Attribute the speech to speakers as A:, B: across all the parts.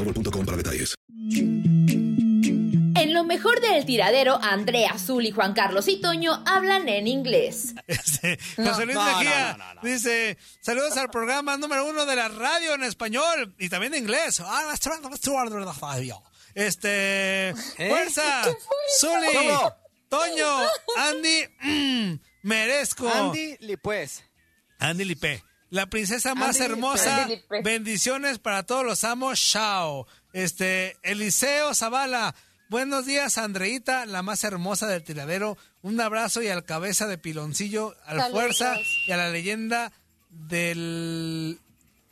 A: mobile.com para detalles.
B: En lo mejor del tiradero, Andrea Azul y Juan Carlos y Toño hablan en inglés.
C: Este, José Luis
D: No, no,
C: Mejía
D: no, no, no.
C: dice, saludos al programa número uno de la radio en español y también en inglés. Ah, las tra- las tra- las tra- las tra- Este, fuerza, Zuli,
D: ¿Eh? ¿Cómo?
C: Toño, Andy, mm, merezco.
D: Andy
E: pues,
D: Lipes.
C: Andy Lipe. La princesa más
D: Andy Lipe.
C: hermosa.
D: Andy Lipe.
C: Bendiciones para todos los amos. Chao. Este, Eliseo Zavala. Buenos días, Andreita, la más hermosa del tiradero. Un abrazo y al cabeza de piloncillo, al
F: Saludos.
C: fuerza y a la leyenda del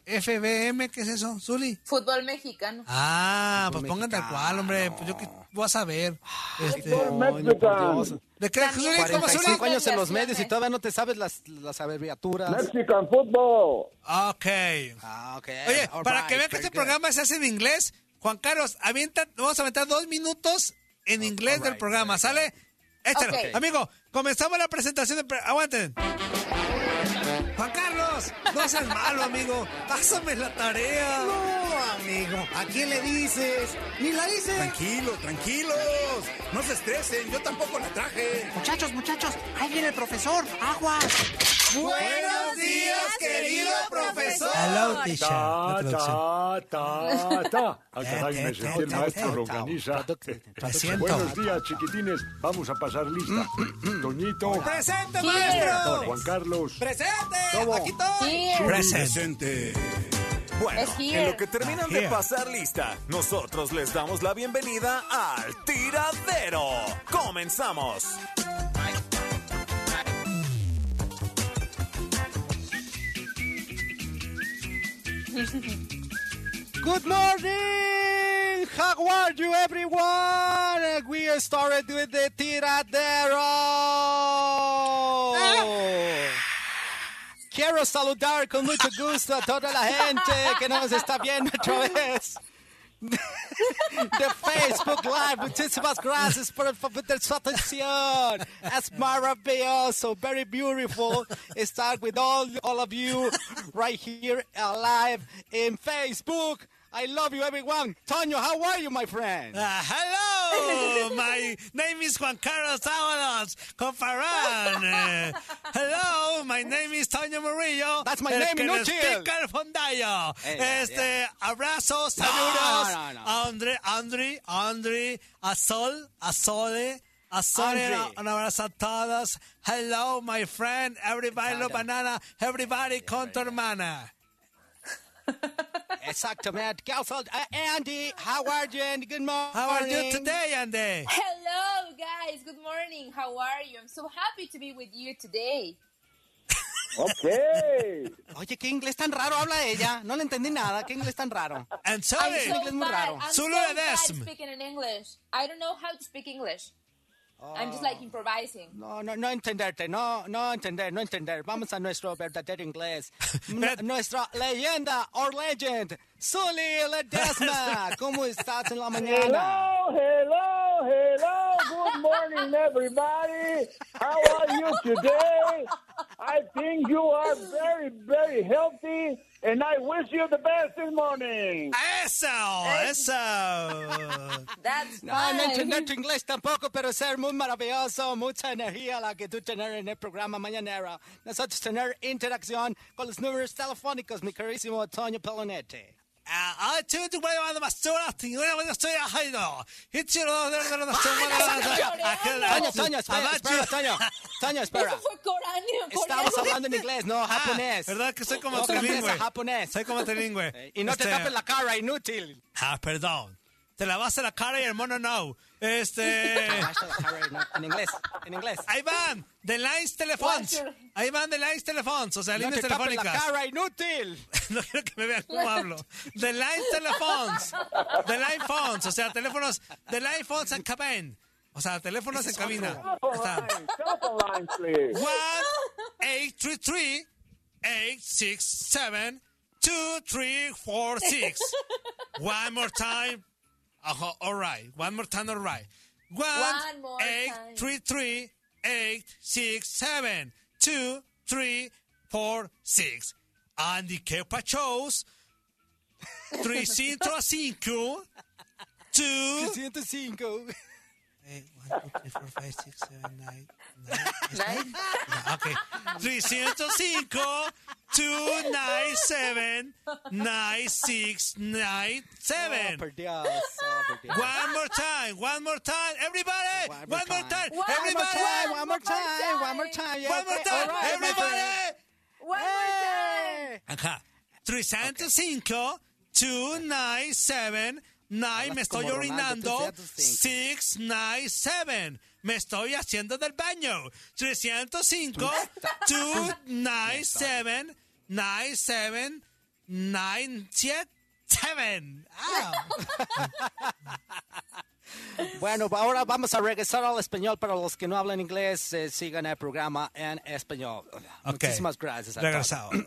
C: FBM. ¿Qué es eso, Zuli?
F: Fútbol mexicano.
C: Ah, pues pongan tal cual, hombre. Pues yo que voy a saber. Este, ¿De qué, Zuli? ¿Cómo, Zuli?
D: 45 años en los medios y todavía no te sabes las, las abreviaturas.
G: Mexican football.
C: Ok.
D: Ah, ok.
C: Oye,
D: All
C: para
D: right,
C: que vean que
D: very
C: este
D: good.
C: programa se hace en inglés, Juan Carlos, avienta, vamos a aventar dos minutos en inglés del programa, ¿sale? Échalo.
D: Ok.
C: Amigo, comenzamos la presentación de... pre- Aguanten. Juan Carlos, no seas malo, amigo. Pásame la tarea.
E: No, amigo. ¿A quién le dices? ¡Ni la dices! Tranquilo, tranquilos. No se estresen. Yo tampoco la traje.
H: Muchachos, muchachos, ahí viene el profesor. Agua.
E: Buenos días, querido profesor.
C: Hello, teacher. La traducción.
G: Ta, ta, ta.
C: Eh,
G: Hasta ahí
C: eh,
G: me sentí el
C: ta,
G: maestro
C: ta,
G: lo organiza.
C: Me siento.
G: Buenos días, chiquitines. Vamos a pasar lista.
C: Mm-hmm.
G: Toñito.
E: ¡Presente,
G: Sí.
E: maestro!
G: Juan Carlos.
E: ¡Presente!
G: ¿Cómo?
E: ¡Aquí estoy!
I: Presente. Bueno,
E: Es here.
I: en lo que terminan de
E: Here.
I: pasar lista, nosotros les damos la bienvenida al tiradero. Comenzamos.
D: Good morning! How are you, everyone? We started with the tiradero. Quiero saludar con mucho gusto a toda la gente que nos está viendo a través de Facebook Live. Muchísimas gracias por, por su atención. Es maravilloso, very beautiful estar with all, all of you right here alive in Facebook. I love you, everyone. Toño, how are you, my friend?
C: Ah, hello, my name is Juan Carlos Ábalos Coparán. Eh, hello, my name is Toño Murillo.
D: That's my
C: el
D: name,
C: que les
D: inútil.
C: pica el fondallo.
D: Eh, yeah,
C: este,
D: yeah.
C: abrazos,
D: No,
C: saludos.
D: no, no.
C: Andre, Andre, Andre, a Sol, a Sole. A Sole,
D: Andre.
C: un abrazo a todos. Hello, my friend. Everybody, lo banana. Everybody, con tu hermana.
E: Exactamente. ¿Qué pasó? Eh, Andy, how are you, Andy? Good morning.
H: How are you today, Andy?
A: Hello, guys. Good morning. How are you? I'm so happy to be with you today.
E: Ok. Oye, qué inglés tan raro habla ella. No le entendí nada. Qué inglés tan raro.
H: And
E: Ay, es un inglés muy raro.
A: I'm so bad speaking in English. I don't know how to speak English. I'm just
E: Oh.
A: like improvising.
E: No, no, no entenderte, no, no entender, no entender. Vamos a nuestro verdadero inglés. N- nuestra leyenda or legend, Zully Ledesma. ¿Cómo estás en la mañana?
J: Hello, hello, hello. Good morning, everybody. How are you today? I think you are very, very healthy, and I wish you the best this morning.
H: Eso, eso.
A: That's
E: Ah, No, no entender tu inglés tampoco, pero ser muy maravilloso, mucha energía la que tú tener en el programa mañanero. Nosotros tener interacción con los números telefónicos, mi querísimo Antonio Pelonete.
H: Ah, tú te puedes mandar más horas, señora, bueno, estoy ajeno. Y chino, no, no, no, no,
E: Toño, Toño, espera, espera, Toño. Toño, espera.
A: coreano.
E: Estamos hablando en inglés, no japonés.
H: Ah, ¿Verdad que soy como
E: No,
H: trilingüe?
E: japonés, japonés.
H: Soy como trilingüe.
E: Eh, Y no te
H: Este,
E: tapes la cara, inútil.
H: Ah, perdón. Te lavaste la cara y el mono no. Este.
E: Ah, En inglés, en inglés.
H: Ahí van, de lines telephones. Ahí van de lines telephones, o sea,
E: No
H: líneas
E: te tapes la
H: telefónicas.
E: cara, inútil.
H: No quiero que me vean cómo hablo. The line telephones. The line phones, o sea, teléfonos. The line phones and cabin. O sea, teléfonos en cabina. Está.
J: Line, please.
H: 1 833 867 2346. One more time. Ajá, all right. One more time, all right. 1
A: One more time.
H: 833 867 2346. Andy Kepa Shows 305 2
E: 105.
H: Okay. 305 297
E: Oh,
H: 9697.
E: por Dios, oh, por Dios.
H: One more time, one more time, everybody, one more time,
E: One more
H: everybody,
E: time, one more time, one more time. yeah,
H: one more
E: okay,
H: time,
E: all right, my friend.
H: everybody.
A: One more
E: Eh,
A: time.
H: Ajá. 305 297 9 me estoy
E: como Ronaldo,
H: orinando
E: 305.
H: 697 me estoy haciendo del baño 305 297 97 97
E: Bueno, ahora vamos a regresar al español para los que no hablan inglés. eh, sigan el programa en español. Muchísimas gracias. a todos.
H: Regresado.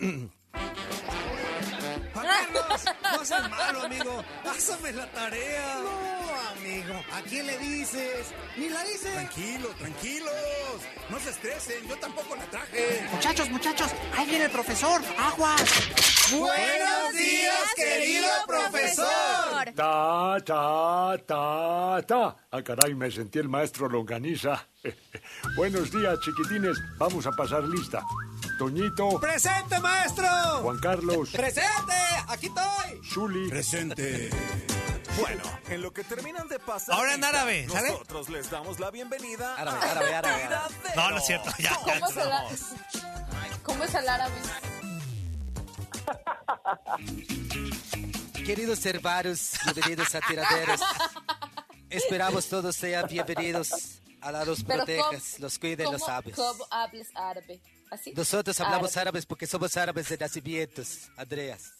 K: Juan Carlos, no seas malo, amigo. Pásame la tarea.
L: No, amigo, ¿a quién le dices? Ni la dices. Tranquilo, tranquilos. No se estresen, yo tampoco la traje.
M: Muchachos, muchachos, ahí viene el profesor. Agua.
L: Buenos días, querido profesor.
C: Ta, ta, ta, ta. Ah, caray, me sentí el maestro Longaniza. Buenos días, chiquitines. Vamos a pasar lista. Toñito.
K: ¡Presente, maestro!
C: Juan Carlos.
E: ¡Presente! ¡Aquí estoy!
C: Shuli.
N: Presente.
O: Bueno, en lo que terminan de pasar.
H: Ahora en
O: lista,
H: árabe, ¿sale?
O: Nosotros les damos la bienvenida
E: Árabe,
O: a
E: árabe, árabe, árabe.
O: Tiradero.
L: Ah,
H: No, no es cierto, ya, ya,
A: ¿Cómo es el árabe?
O: vamos.
A: ¿Cómo es el árabe?
E: Queridos herbaros, bienvenidos a Tiraderos. Esperamos todos sean bienvenidos. Alá los
A: Pero
E: protejas,
A: ¿cómo-
E: los cuide,
A: cómo-
E: los sabios.
A: ¿Cómo hablas árabe? ¿Así?
E: Nosotros hablamos árabes porque somos árabes de nacimientos, Andreas.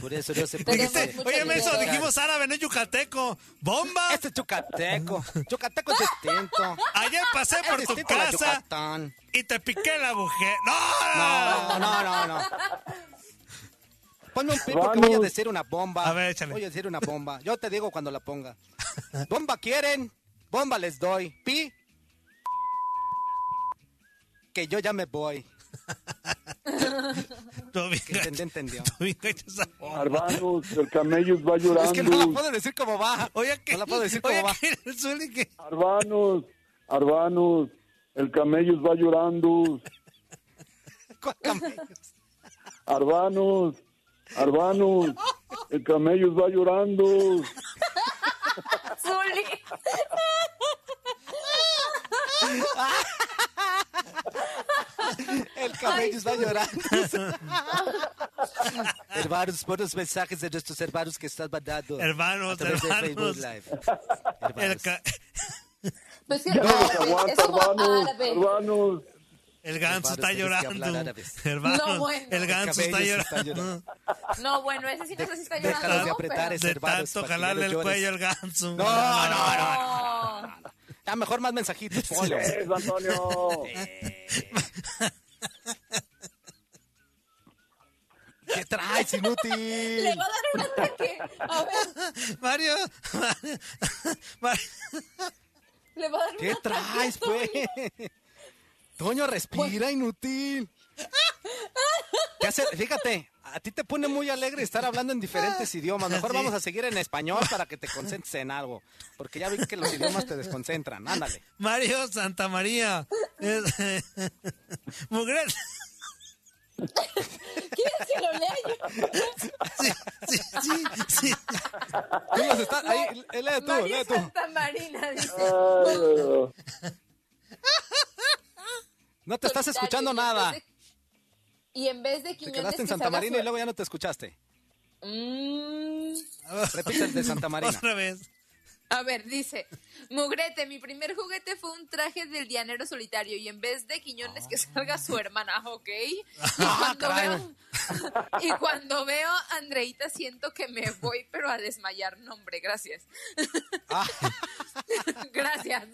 E: Por eso no se puede.
A: Tenemos mucho
H: Oye, Menso,
A: dinero.
H: dijimos árabe, no yucateco. ¡Bomba!
E: Este es yucateco. Yucateco es distinto.
H: Ayer pasé
E: Es
H: por tu
E: distinto a la
H: casa
E: Yucatán.
H: y te piqué la mujer.
E: No,
H: ¡No!
E: no, no, no. Ponme un pipo que voy a decir una bomba.
H: A ver, échale.
E: Voy a decir una bomba. Yo te digo cuando la ponga. Bomba quieren, bomba les doy. Pi. Que yo ya me voy.
H: Tú bien
E: Que
H: gacho,
E: entendió, entendió.
H: tú bien gacho esa bomba.
J: Arbanos, el camello va llorando.
E: Es que no la puedo decir como va.
H: Oye, que
E: No la puedo decir
H: oye,
E: cómo va.
H: que el Zuli que-
J: Arbanos, Arbanos, el camello va llorando.
E: ¿Cuál camello?
J: Arbanos, Arbanos, el camello va llorando.
A: Zuli.
E: El camello está llorando. Hermanos, buenos mensajes de nuestros hermanos que están mandando.
C: Hermanos,
E: a través de
C: hermanos.
E: Facebook Live.
C: El, ca-
A: Pues que
F: Ya no los
A: árabe, es
F: aguanto,
A: como
F: hermanos,
A: árabe.
F: hermanos.
C: el ganso
E: Hermanos,
C: está
E: tienes que
C: llorando.
E: hablar árabe.
C: Hermanos,
A: No, bueno.
C: el ganso está
E: cabello se
C: llorando.
E: está llorando.
A: No, bueno, ese sí no sé si está llorando.
E: Déjalo de
A: ¿no?
E: apretar,
A: Pero-
E: ese
C: De
E: hermanos.
C: tanto
E: para que ya
C: jalarle
E: no
C: el
E: llores.
C: cuello al ganso.
E: No, no, no.
A: No.
E: Ah, mejor más mensajitos, ponlos.
F: Eso, Antonio.
E: ¿Qué traes, inútil?
A: Le va a dar un ataque. A ver,
C: Mario, Mario,
A: le va a dar un
E: ¿Qué
A: ataque.
E: traes, pues? Toño, respira, inútil. ¿Qué hace? Fíjate, a ti te pone muy alegre estar hablando en diferentes idiomas. Mejor
C: Sí.
E: vamos a seguir en español para que te concentres en algo. Porque ya vi que los idiomas te desconcentran. Ándale.
C: Mario Santa María. Es- Mugre-
E: pues?
A: ¿Quieres que lo lea yo?
C: Sí, sí, sí, sí.
E: Tú los estás. Ahí, eh, lee tú,
A: María
E: lee tú.
A: Santa Marina dice.
F: Ay, bueno.
E: No te estás
A: solitario,
E: escuchando
A: y en
E: nada.
A: vez de- Y en este vez de
E: Te
A: Quiñones
E: quedaste en
A: que
E: Santa
A: salga
E: Marina
A: su-
E: y luego ya no te escuchaste.
A: Mm,
E: Repite el de Santa Marina.
C: Otra vez.
A: a ver, dice, Mugrete, mi primer juguete fue un traje del dianero solitario y en vez de Quiñones que salga su hermana, Ah, ¿ok? Y cuando,
E: caray.
A: veo, y cuando veo a Andreita siento que me voy, pero a desmayar, no hombre, gracias.
E: Ah.
A: gracias.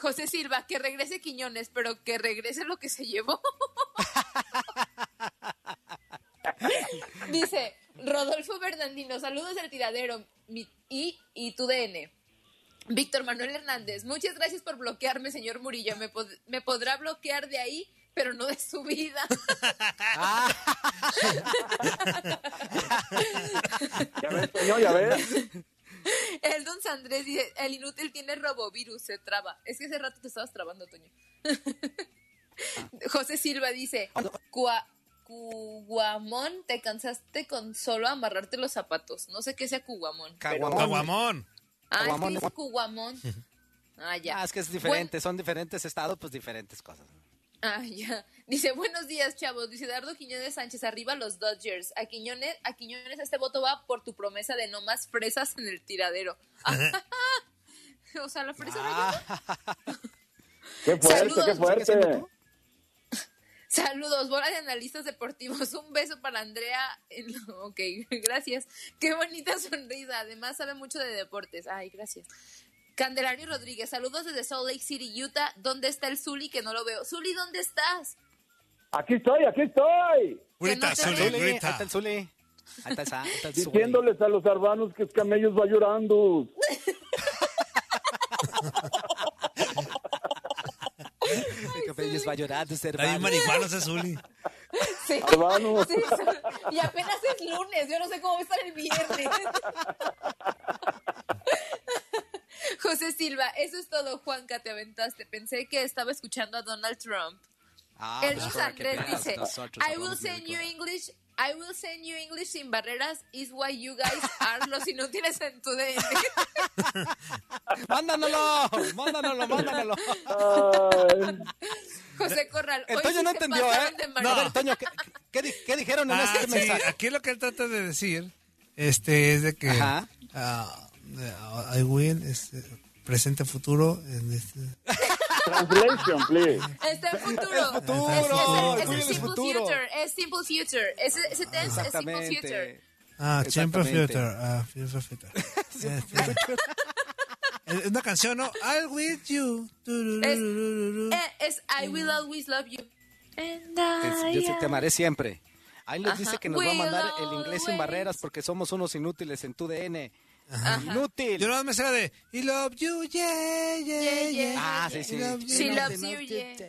A: José Silva, que regrese Quiñones, pero que regrese lo que se llevó. Dice Rodolfo Bernardino, saludos del tiradero mi- y, y tu DN. Víctor Manuel Hernández, muchas gracias por bloquearme, señor Murillo. Me, pod- me podrá bloquear de ahí, pero no de su vida.
F: Ya ves, Toño, ya ves.
A: El don Andrés dice, el inútil tiene robovirus, se traba. Es que ese rato te estabas trabando, Toño. José Silva dice, "Cua- Cuguamón, te cansaste con solo amarrarte los zapatos. No sé qué sea Cuguamón. pero-
E: Caguamón.
C: Caguamón.
A: Ah, es que
E: Cuguamón.
A: dice Cuguamón. Ah, ya.
E: Ah, es que es diferente. Son diferentes estados, pues diferentes cosas.
A: Ah, ya. Dice, buenos días, chavos. Dice Dardo Quiñones Sánchez, arriba los Dodgers. A Quiñones, a Quiñones, este voto va por tu promesa de no más fresas en el tiradero. o sea, la fresa rayada.
E: Ah.
F: Qué fuerte,
A: Saludos,
F: qué fuerte.
A: Saludos, bola de analistas deportivos. Un beso para Andrea. Ok, gracias. Qué bonita sonrisa. Además, sabe mucho de deportes. Ay, gracias. Candelario Rodríguez, saludos desde Salt Lake City, Utah. ¿Dónde está el Zuli? Que no lo veo. Zuli, ¿dónde estás?
F: Aquí estoy, aquí estoy.
C: Grita,
A: no te
C: Zuli,
A: Sí,
E: Zuli, ahí
C: grita.
E: está el Zuli. Ahí está el, Sa- ahí está el Zuli.
F: Diciéndoles a los hermanos que Escamellos va llorando.
E: El Cabellos va llorando, este
C: Hay
E: hermano.
C: marihuana ese Zuli.
A: Sí.
F: Hermano.
A: Sí, Zuli. y apenas es lunes. Yo no sé cómo va a estar el viernes. José Silva, eso es todo, Juanca. Te aventaste. Pensé que estaba escuchando a Donald Trump.
E: Ah,
A: El
E: pues,
A: Dos
E: ahora que
A: Andrés
E: veas,
A: dice,
E: nosotros
A: I will
E: hablamos
A: send you
E: bien,
A: English, I will send you English sin barreras is why you guys are los inútiles en tu E". DN.
E: claro. Mándanoslo, mándanoslo, mándanoslo.
F: Ay,
A: José Corral,
E: El
A: hoy
E: Toño
A: sí
E: no
A: se
E: entendió,
A: pasaron
E: ¿eh?
A: de
E: No. A
A: maravilla.
E: ver, Toño, ¿qué, qué di- qué dijeron en
C: Ah,
E: este
C: sí,
E: mensaje?
C: aquí lo que él trata de decir este, es de que
E: Ajá.
C: ah, I will, este, presente, futuro. en este-
F: Translation, please.
A: Está el futuro.
E: El futuro, el
A: Es- es-
E: Will
A: es- es
E: es
A: simple
E: futuro.
A: future. Es simple future. Ese, ese tense es simple future.
E: Exactamente.
C: Ah, siempre
E: Exactamente.
C: filter. Ah, siempre filter. Este, es una canción, ¿no? I'll with you.
A: Es, eh, es I will always love you. And
E: Te-
A: I
E: Yo sí te amaré siempre. Ahí nos dice que nos va a
A: Will
E: mandar el inglés sin
A: always.
E: barreras porque somos unos inútiles en tu DN. Inútil.
C: Yo no me sé la de I love you, yeah, yeah,
A: Yeah,
C: yeah.
A: yeah.
E: Ah, sí, sí.
C: I love you,
A: She
C: no,
A: loves
C: no,
A: you,
C: yeah.
A: yeah.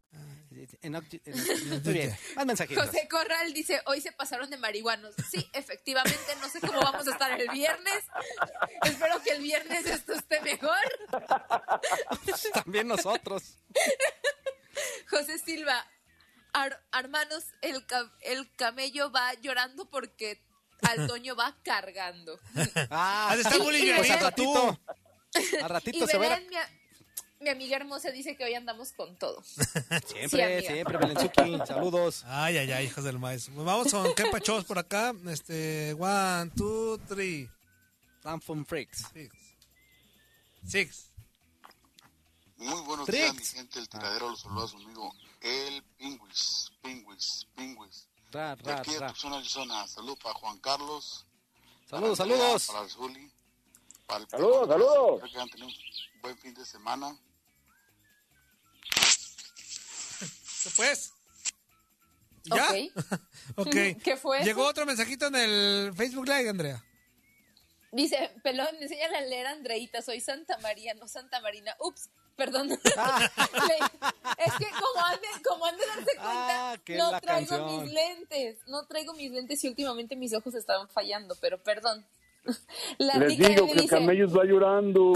E: en oct- en oct- Muy bien, más mensajitos.
A: José Corral dice, hoy se pasaron de marihuanos. Sí, efectivamente, no sé cómo vamos a estar el viernes. Espero que el viernes esto esté mejor.
E: También nosotros.
A: José Silva, "Ar- hermanos, el, ca- el camello va llorando porque al Toño va cargando.
E: Ah,
C: de estar muy
E: pues
C: livianito.
E: al ratito. Al
A: y
E: ratito se verá.
A: Belén, mi, a- mi amiga hermosa, dice que hoy andamos con todo. Sí,
E: Siempre,
A: amiga.
E: siempre, Belenzuki. Saludos.
C: Ay, ay, ay, hijos del maíz. Pues Vamos con qué pachos por acá. Este, one, two, three.
E: Ramfon Freaks.
C: Six.
P: Muy buenos días, mi gente. El tiradero los saluda a su amigo El Pingüis. Pingüis, Pingüis.
E: Ra,
P: De
E: ra,
P: aquí de
E: ra.
P: Tucson, Arizona. Saludos para Juan Carlos.
E: Saludos,
P: para Andrea,
E: saludos.
P: Para Zuli. Para el
F: Saludos, saludos.
P: Espero que hayan tenido un buen fin de semana.
C: Pues. ¿Ya? Ok.
A: ¿Qué fue
C: Llegó
A: eso?
C: otro mensajito en el Facebook Live, Andrea.
A: Dice, pelón, enséñale a leer a Andreita, soy Santa María, no Santa Marina. Ups, perdón. Le- es que como han de, como han de darse cuenta,
E: Ah, que
A: no
E: la
A: traigo
E: canción.
A: mis lentes, no traigo mis lentes y últimamente mis ojos estaban fallando, pero perdón. La
F: Les
A: rica
F: digo
A: M
F: que el
A: dice,
F: camello va llorando.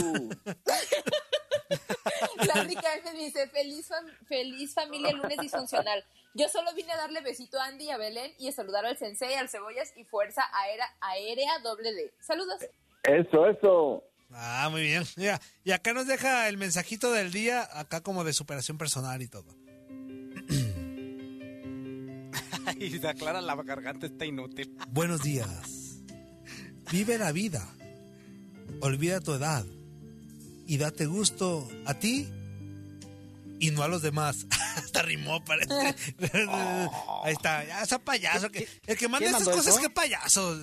A: la rica M dice, feliz, fam- feliz familia lunes disfuncional. Yo solo vine a darle besito a Andy y a Belén y a saludar al sensei, al cebollas y fuerza aérea, aérea doble D. Saludos.
F: Eso, eso.
C: Ah, muy bien. Mira, y acá nos deja el mensajito del día, acá como de superación personal y todo.
E: Y se aclara la garganta, está inútil.
C: Buenos días. Vive la vida. Olvida tu edad. Y date gusto a ti y no a los demás. Hasta rimó, parece. Ahí está. Ya, ese payaso. Que, el que manda
E: quién
C: estas
E: mandó
C: cosas,
E: eso?
C: qué payaso.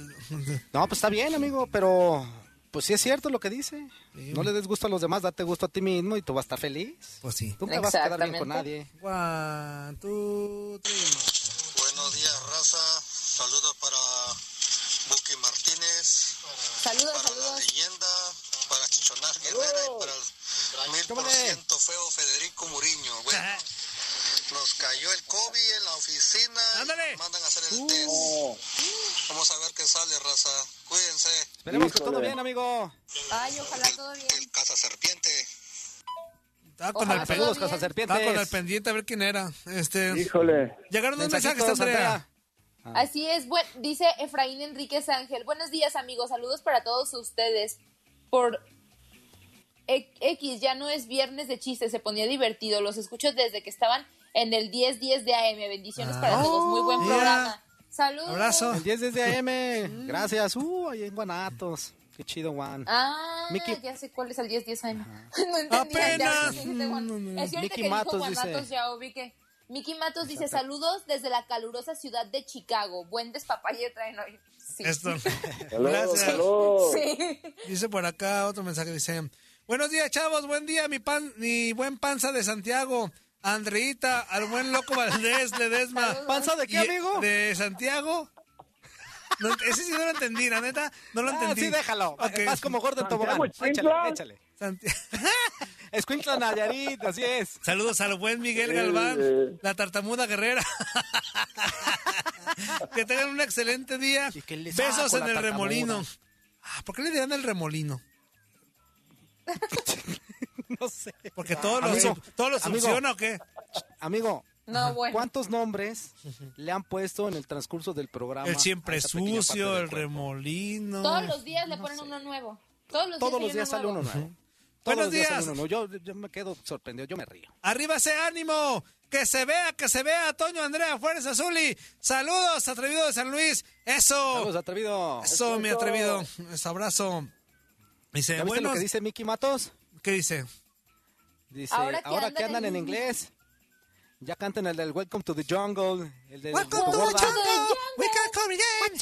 E: No, pues está bien, amigo, pero pues sí es cierto lo que dice. No le des gusto a los demás, date gusto a ti mismo y tú vas a estar feliz.
C: Pues sí.
E: Nunca vas a quedar bien con nadie.
C: One, two, three.
Q: Buenos días, raza. Saludos para Buki Martínez,
A: Saludos,
Q: para la leyenda, para Chichonar Guerrera y para el mil por ciento feo Federico Muriño. güey. nos cayó el COVID en la oficina. y nos mandan a hacer el test. Vamos a ver qué sale, raza. Cuídense.
E: Esperemos que todo bien, amigo.
A: Ay, ojalá todo bien.
Q: Casa Serpiente.
C: Está con,
E: Ojalá
C: el
E: Ah, saludos,
C: pen-
E: cazaserpientes.
C: está con el pendiente a ver quién era. Este,
F: Híjole.
C: Llegaron dos mensajes,
E: Mensajitos,
C: Andrea.
A: Así es, bueno, dice Efraín Enríquez Ángel. Buenos días, amigos. Saludos para todos ustedes. Por E- X, ya no es viernes de chistes, se ponía divertido. Los escucho desde que estaban en el 10-10 de AM. Bendiciones
E: Ah.
A: para todos. Muy buen
E: Oh,
A: programa. Saludos.
E: El 10 desde AM. Gracias. Uh, ahí en Guanatos. Qué chido, Juan.
A: Ah,
E: Mickey-
A: ya sé cuál es el 10-10 AM. No entendía. ya
E: Apenas. Mm,
A: sé que te guan- Es cierto
E: Mickey
A: que
E: Matos
A: dijo Guanatos,
E: dice.
A: ya ubiqué. Mickey Matos dice, saludos desde la calurosa ciudad de Chicago. Buen despapalle traen hoy. Sí.
C: Esto.
F: Salud,
C: Gracias.
F: salud.
C: Dice por acá otro mensaje, dice, buenos días chavos, buen día, mi, pan, mi buen panza de Santiago, Andreita, al buen loco Valdés de Desma.
E: ¿Panza de qué,
C: Y-
E: amigo?
C: De Santiago. No, ese sí no lo entendí, la neta, no lo
E: Ah,
C: entendí.
E: sí, déjalo.
C: Ok.
E: Vas como gordo en tobogán. Échale, échale.
C: Santiago.
E: Escuintla Nayarit, así es.
C: Saludos al buen Miguel Galván, la tartamuda guerrera. que tengan un excelente día.
E: les
C: Besos
E: hago
C: en
E: la
C: el
E: tartamuda?
C: remolino. Ah, ¿Por qué le dirán el remolino?
E: No sé.
C: Porque todos los,
E: Ah, Amigo,
C: todos los
E: amigo.
C: succiona o qué?
E: Amigo,
A: No, bueno.
E: ¿cuántos nombres le han puesto en el transcurso del programa?
C: El
E: a
C: siempre
E: esa pequeña parte
C: sucio,
E: del
C: el
E: cuerpo?
C: remolino.
A: Todos los días le ponen uno nuevo. Todos los
E: Todos
A: días,
E: los días
A: hay
E: sale uno nuevo. Todos
C: Buenos
E: los días. sale
C: días.
E: uno nuevo. Yo, yo me quedo sorprendido, yo me río.
C: Arriba ese ánimo. Que se vea, que se vea, Toño, Andrea, Fuerza, Zuli. Saludos, atrevido de San Luis.
H: Oh.
C: Eso.
E: Saludos, atrevido.
C: Eso, mi atrevido. Eso, abrazo. Dice,
E: ¿Ya viste
C: buenos-
E: lo que dice Mickey Matos?
C: ¿Qué dice?
E: Dice, ahora
C: Ahora
E: que,
C: que andan
E: andan, en
C: en-
E: inglés, ya cantan el del Welcome to the Jungle, el del
C: Welcome
E: Gordo
C: to the
E: Gorda.
C: jungle. We can come again.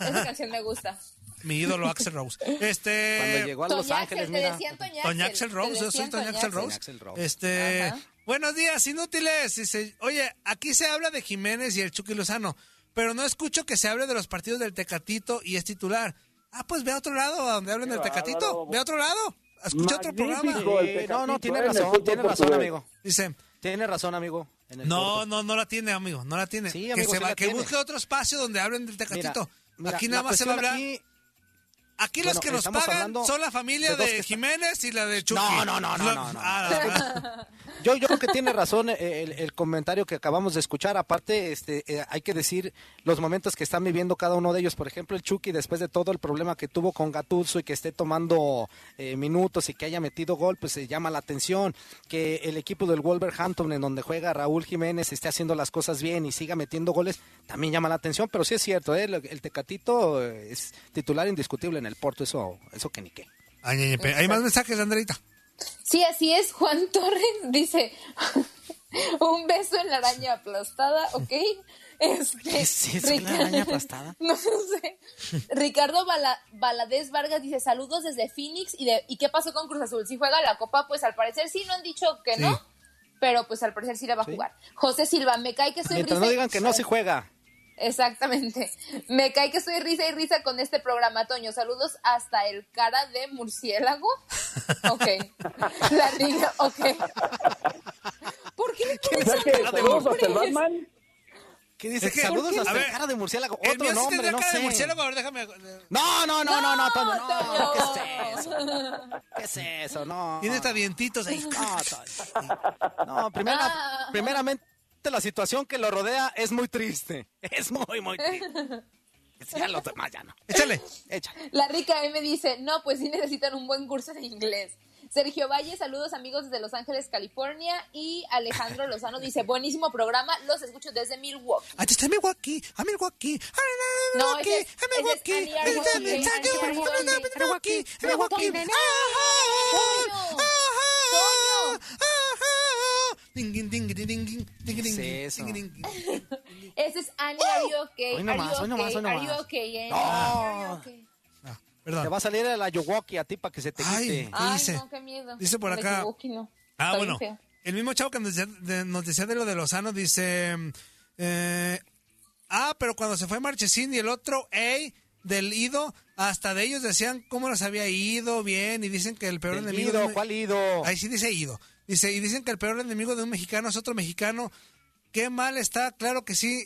A: Esa canción me gusta.
C: Mi ídolo Axel Rose. Este
E: Cuando llegó a Los
A: Toñaxel,
E: Ángeles,
A: te
E: mira.
A: decían Toñaxel.
C: Toña Axel
A: Te
C: Rose, yo soy
A: decían
C: Toña Axel
A: Toñaxel.
C: Rose. Este,
H: Buenos días, inútiles. Dice, oye, aquí se habla de Jiménez y el Chucky Lozano, pero no escucho que se hable de los partidos del Tecatito y es titular. Ah, pues ve a otro lado, a donde hablen del Tecatito. Ve a otro lado. Escucha otro programa.
R: Magnífico el
E: Sí, no, no,
R: Tecatito,
E: tiene
R: eh, en el
E: razón,
R: fútbol
E: tiene razón,
R: portugués.
E: amigo.
H: Dice.
E: Tiene razón, amigo. en el
H: No,
E: punto.
H: no, no la tiene, amigo. No la tiene.
E: Sí,
H: que
E: amigo,
H: se
E: sí
H: va-
E: la
H: que
E: tiene.
H: busque otro espacio donde hablen del Tecatito.
E: mira,
H: aquí
E: la
H: nada más se va a
E: cuestión
H: hablar. Aquí, los
E: bueno,
H: que nos
E: estamos
H: pagan
E: hablando
H: son la familia
E: de dos que
H: de
E: están-
H: Jiménez y la de Chucky.
E: No, no, no, no,
H: La-
E: no, no.
H: Ah,
E: Yo, yo creo que tiene razón eh, el, el comentario que acabamos de escuchar. Aparte, este, eh, hay que decir los momentos que están viviendo cada uno de ellos. Por ejemplo, el Chucky, después de todo el problema que tuvo con Gatuzzo y que esté tomando eh, minutos y que haya metido gol, pues se llama la atención. Que el equipo del Wolverhampton, en donde juega Raúl Jiménez, esté haciendo las cosas bien y siga metiendo goles, también llama la atención. Pero sí es cierto, eh, el, el Tecatito eh, es titular indiscutible en el Porto. Eso, eso que ni qué.
H: Ay, ñe, ñe, pe- Hay más mensajes, Andreita.
A: Sí, así es. Juan Torres dice: Un beso en la araña aplastada, ¿ok? Este, Rica- No sé. Ricardo Bala- Baladés Vargas dice: Saludos desde Phoenix. ¿Y, de, ¿Y qué pasó con Cruz Azul? ¿Si juega la copa? Pues al parecer sí, no han dicho que no. Pero pues al parecer sí la va a jugar. José Silva, me cae que soy
E: Mientras no
A: risa y-
E: digan que no se juega.
A: Exactamente. Me cae que estoy risa y risa con este programa, Toño. Saludos hasta el cara de murciélago. Ok. La niña, ok. ¿Por qué le pones
R: ¿Qué?
A: tantos
R: ¿Saludos hasta el
A: nombres?
R: Batman?
E: ¿Qué dice?
H: Es que- ¿Por
E: Eh, Saludos
H: qué?
E: hasta
H: A
E: el
H: ver,
E: cara de murciélago.
H: El mío
E: Otro
H: sí
E: nombre,
H: tendría
E: no
H: cara de
E: sé.
H: murciélago. A ver, déjame.
E: No, no, no, no, no, Toño, no.
A: Toño.
E: ¿Qué es eso? ¿Qué es eso? No.
H: Tiene
C: este
H: hasta dientitos ahí.
E: No, Toño. No, primera-
A: Ah.
E: primeramente la situación que lo rodea es muy triste. Es muy, muy triste. Ya los demás ya no.
H: Échale.
E: Échale.
A: La rica M dice, no, pues sí necesitan un buen curso de inglés. Sergio Valle, saludos amigos desde Los Ángeles, California. Y Alejandro Lozano dice, buenísimo programa, los escucho desde Milwaukee.
H: Ah, está en Milwaukee. A Milwaukee. A
A: No,
H: Milwaukee.
A: ese es-
H: A Milwaukee.
A: ese es Annie
H: Está en
A: Arbuckle,
H: Milwaukee,
A: Annie Arbuckle.
H: a Milwaukee. a Milwaukee.
A: Toño.
H: Ajá.
A: Toño.
H: Ajá. Ding, ding, ding, ding, ding, ding, ding, ding,
E: eso?
H: ding, ding, ding.
A: Ese es Annie, are you okay?
E: Hoy nomás,
A: Are
E: hoy
A: you
E: nomás,
A: okay?
E: hoy nomás.
A: Are you okay, Annie?
E: ¡Oh! No.
A: Are you okay?
H: Ah.
E: Te va a salir el Ayuwoki a ti para que se te quite.
H: ¿Qué
A: Ay,
H: dice?
A: no, qué miedo.
H: Dice por
A: Ay,
H: acá.
A: qué buki, no.
H: Ah,
A: Está
H: bueno.
A: bien feo.
H: El mismo chavo que nos decía de, nos decía de lo de Lozano dice. eh, ah, pero cuando se fue Marchesín y el otro, ey, del ido, hasta de ellos decían cómo los había ido bien y dicen que el peor
E: Del
H: enemigo.
E: ido,
H: de un-
E: ¿cuál ido?
H: Ahí sí dice ido. Dice, y dicen que el peor enemigo de un mexicano es otro mexicano. Qué mal está, claro que sí.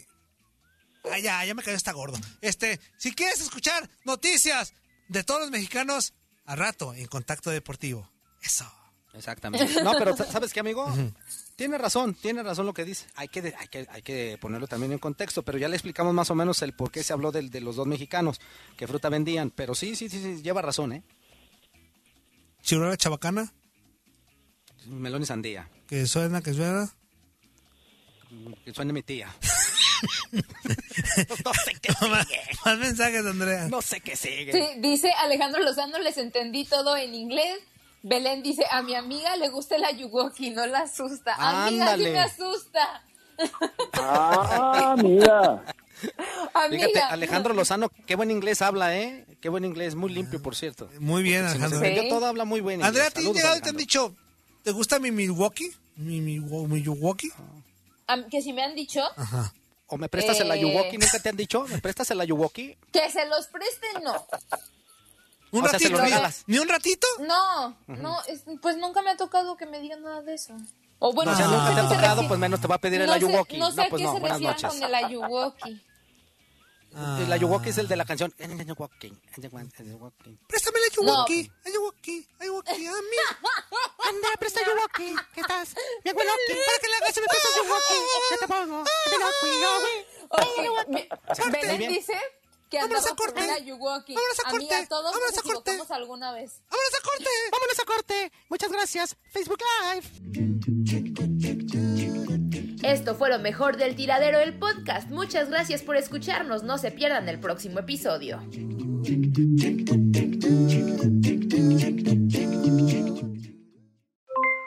H: Ah, ya, ya me cayó está gordo. Este, si quieres escuchar noticias de todos los mexicanos, a rato en Contacto Deportivo. Eso.
E: Exactamente. No, pero sa- ¿sabes qué, amigo? Tiene razón, tiene razón lo que dice. Hay que, de- hay, que, hay que ponerlo también en contexto, pero ya le explicamos más o menos el por qué se habló del- de los dos mexicanos que fruta vendían. Pero sí, sí, sí, sí, lleva razón, ¿eh?
H: Chirola Chabacana,
E: Melón y sandía.
H: que suena, que suena.
E: Que suene mi tía.
H: Más mensajes, Andrea.
E: No sé qué sigue.
A: Sí, dice Alejandro Lozano, les entendí todo en inglés. Belén dice, a mi amiga le gusta el ayuwoki, no la asusta. Amiga, sí
E: Ándale.
A: me asusta.
R: Ah, mira.
A: Amiga.
E: Fíjate, Alejandro Lozano, qué buen inglés habla, ¿eh? Qué buen inglés, muy limpio, por cierto.
H: Ah, Muy bien,
E: Si nos
H: Alejandro.
E: entendió todo, habla muy bien. inglés.
H: Andrea, ¿te han
E: Saludos,
H: llegado y te han
E: Alejandro.
H: dicho, ¿te gusta mi Milwaukee? ¿Mi, mi, mi Milwaukee?
E: Ah.
A: Am- Que si me han dicho
H: Ajá.
E: ¿O me prestas el
A: Eh.
E: Ayuwoki? ¿Nunca te han dicho? ¿Me prestas el Ayuwoki?
A: que se los presten, no.
H: ¿Un
E: O sea, se
H: ratito?
E: lo
H: ni-
E: regalas.
H: ¿Ni un ratito?
A: No, no, es- pues nunca me ha tocado que me digan nada de eso. O bueno,
E: no, si
A: no sé
E: nunca te
A: qué
E: ha
A: se
E: tocado,
A: refiere-
E: pues menos te va a pedir el
A: no sé-
E: Ayuwoki.
A: No sé a
E: pues
A: qué se
E: no, buenas
A: refieren
E: noches.
A: con el ayuwoki.
E: El Ayuwoki es el de Eh, la canción. Ayuwoki, Ayuwoki, Ayuwoki.
H: Préstame el Ayuwoki. Ayuwoki. Ayuwoki. A mí.
S: Anda, presta yo aquí. ¿Qué estás? Mi abuelo aquí. Para que le hagas, si me prestas yo aquí. Yo te
H: Ah,
S: pongo. Ven aquí, yo, güey.
A: Ok, mi-
E: Corte. Muy
A: Belén
E: bien.
A: dice que
H: Vámonos
A: andaba
H: a corte.
A: con el ayuwoki.
S: Vámonos a
A: Amiga,
S: corte.
A: todos
S: Vámonos
A: nos
S: a corte.
A: equivocamos alguna vez.
H: ¡Vámonos a corte!
S: Vámonos a corte. Muchas gracias. Facebook Live.
A: Esto fue lo mejor del tiradero del podcast. Muchas gracias por escucharnos. No se pierdan el próximo episodio.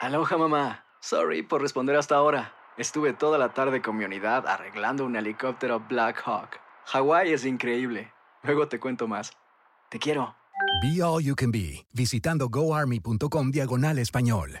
T: Aloha mamá. Sorry por responder hasta ahora. Estuve toda la tarde con mi unidad arreglando un helicóptero Black Hawk. Hawái es increíble. Luego te cuento más. Te quiero.
C: Be All You Can Be, visitando goarmy.com diagonal español.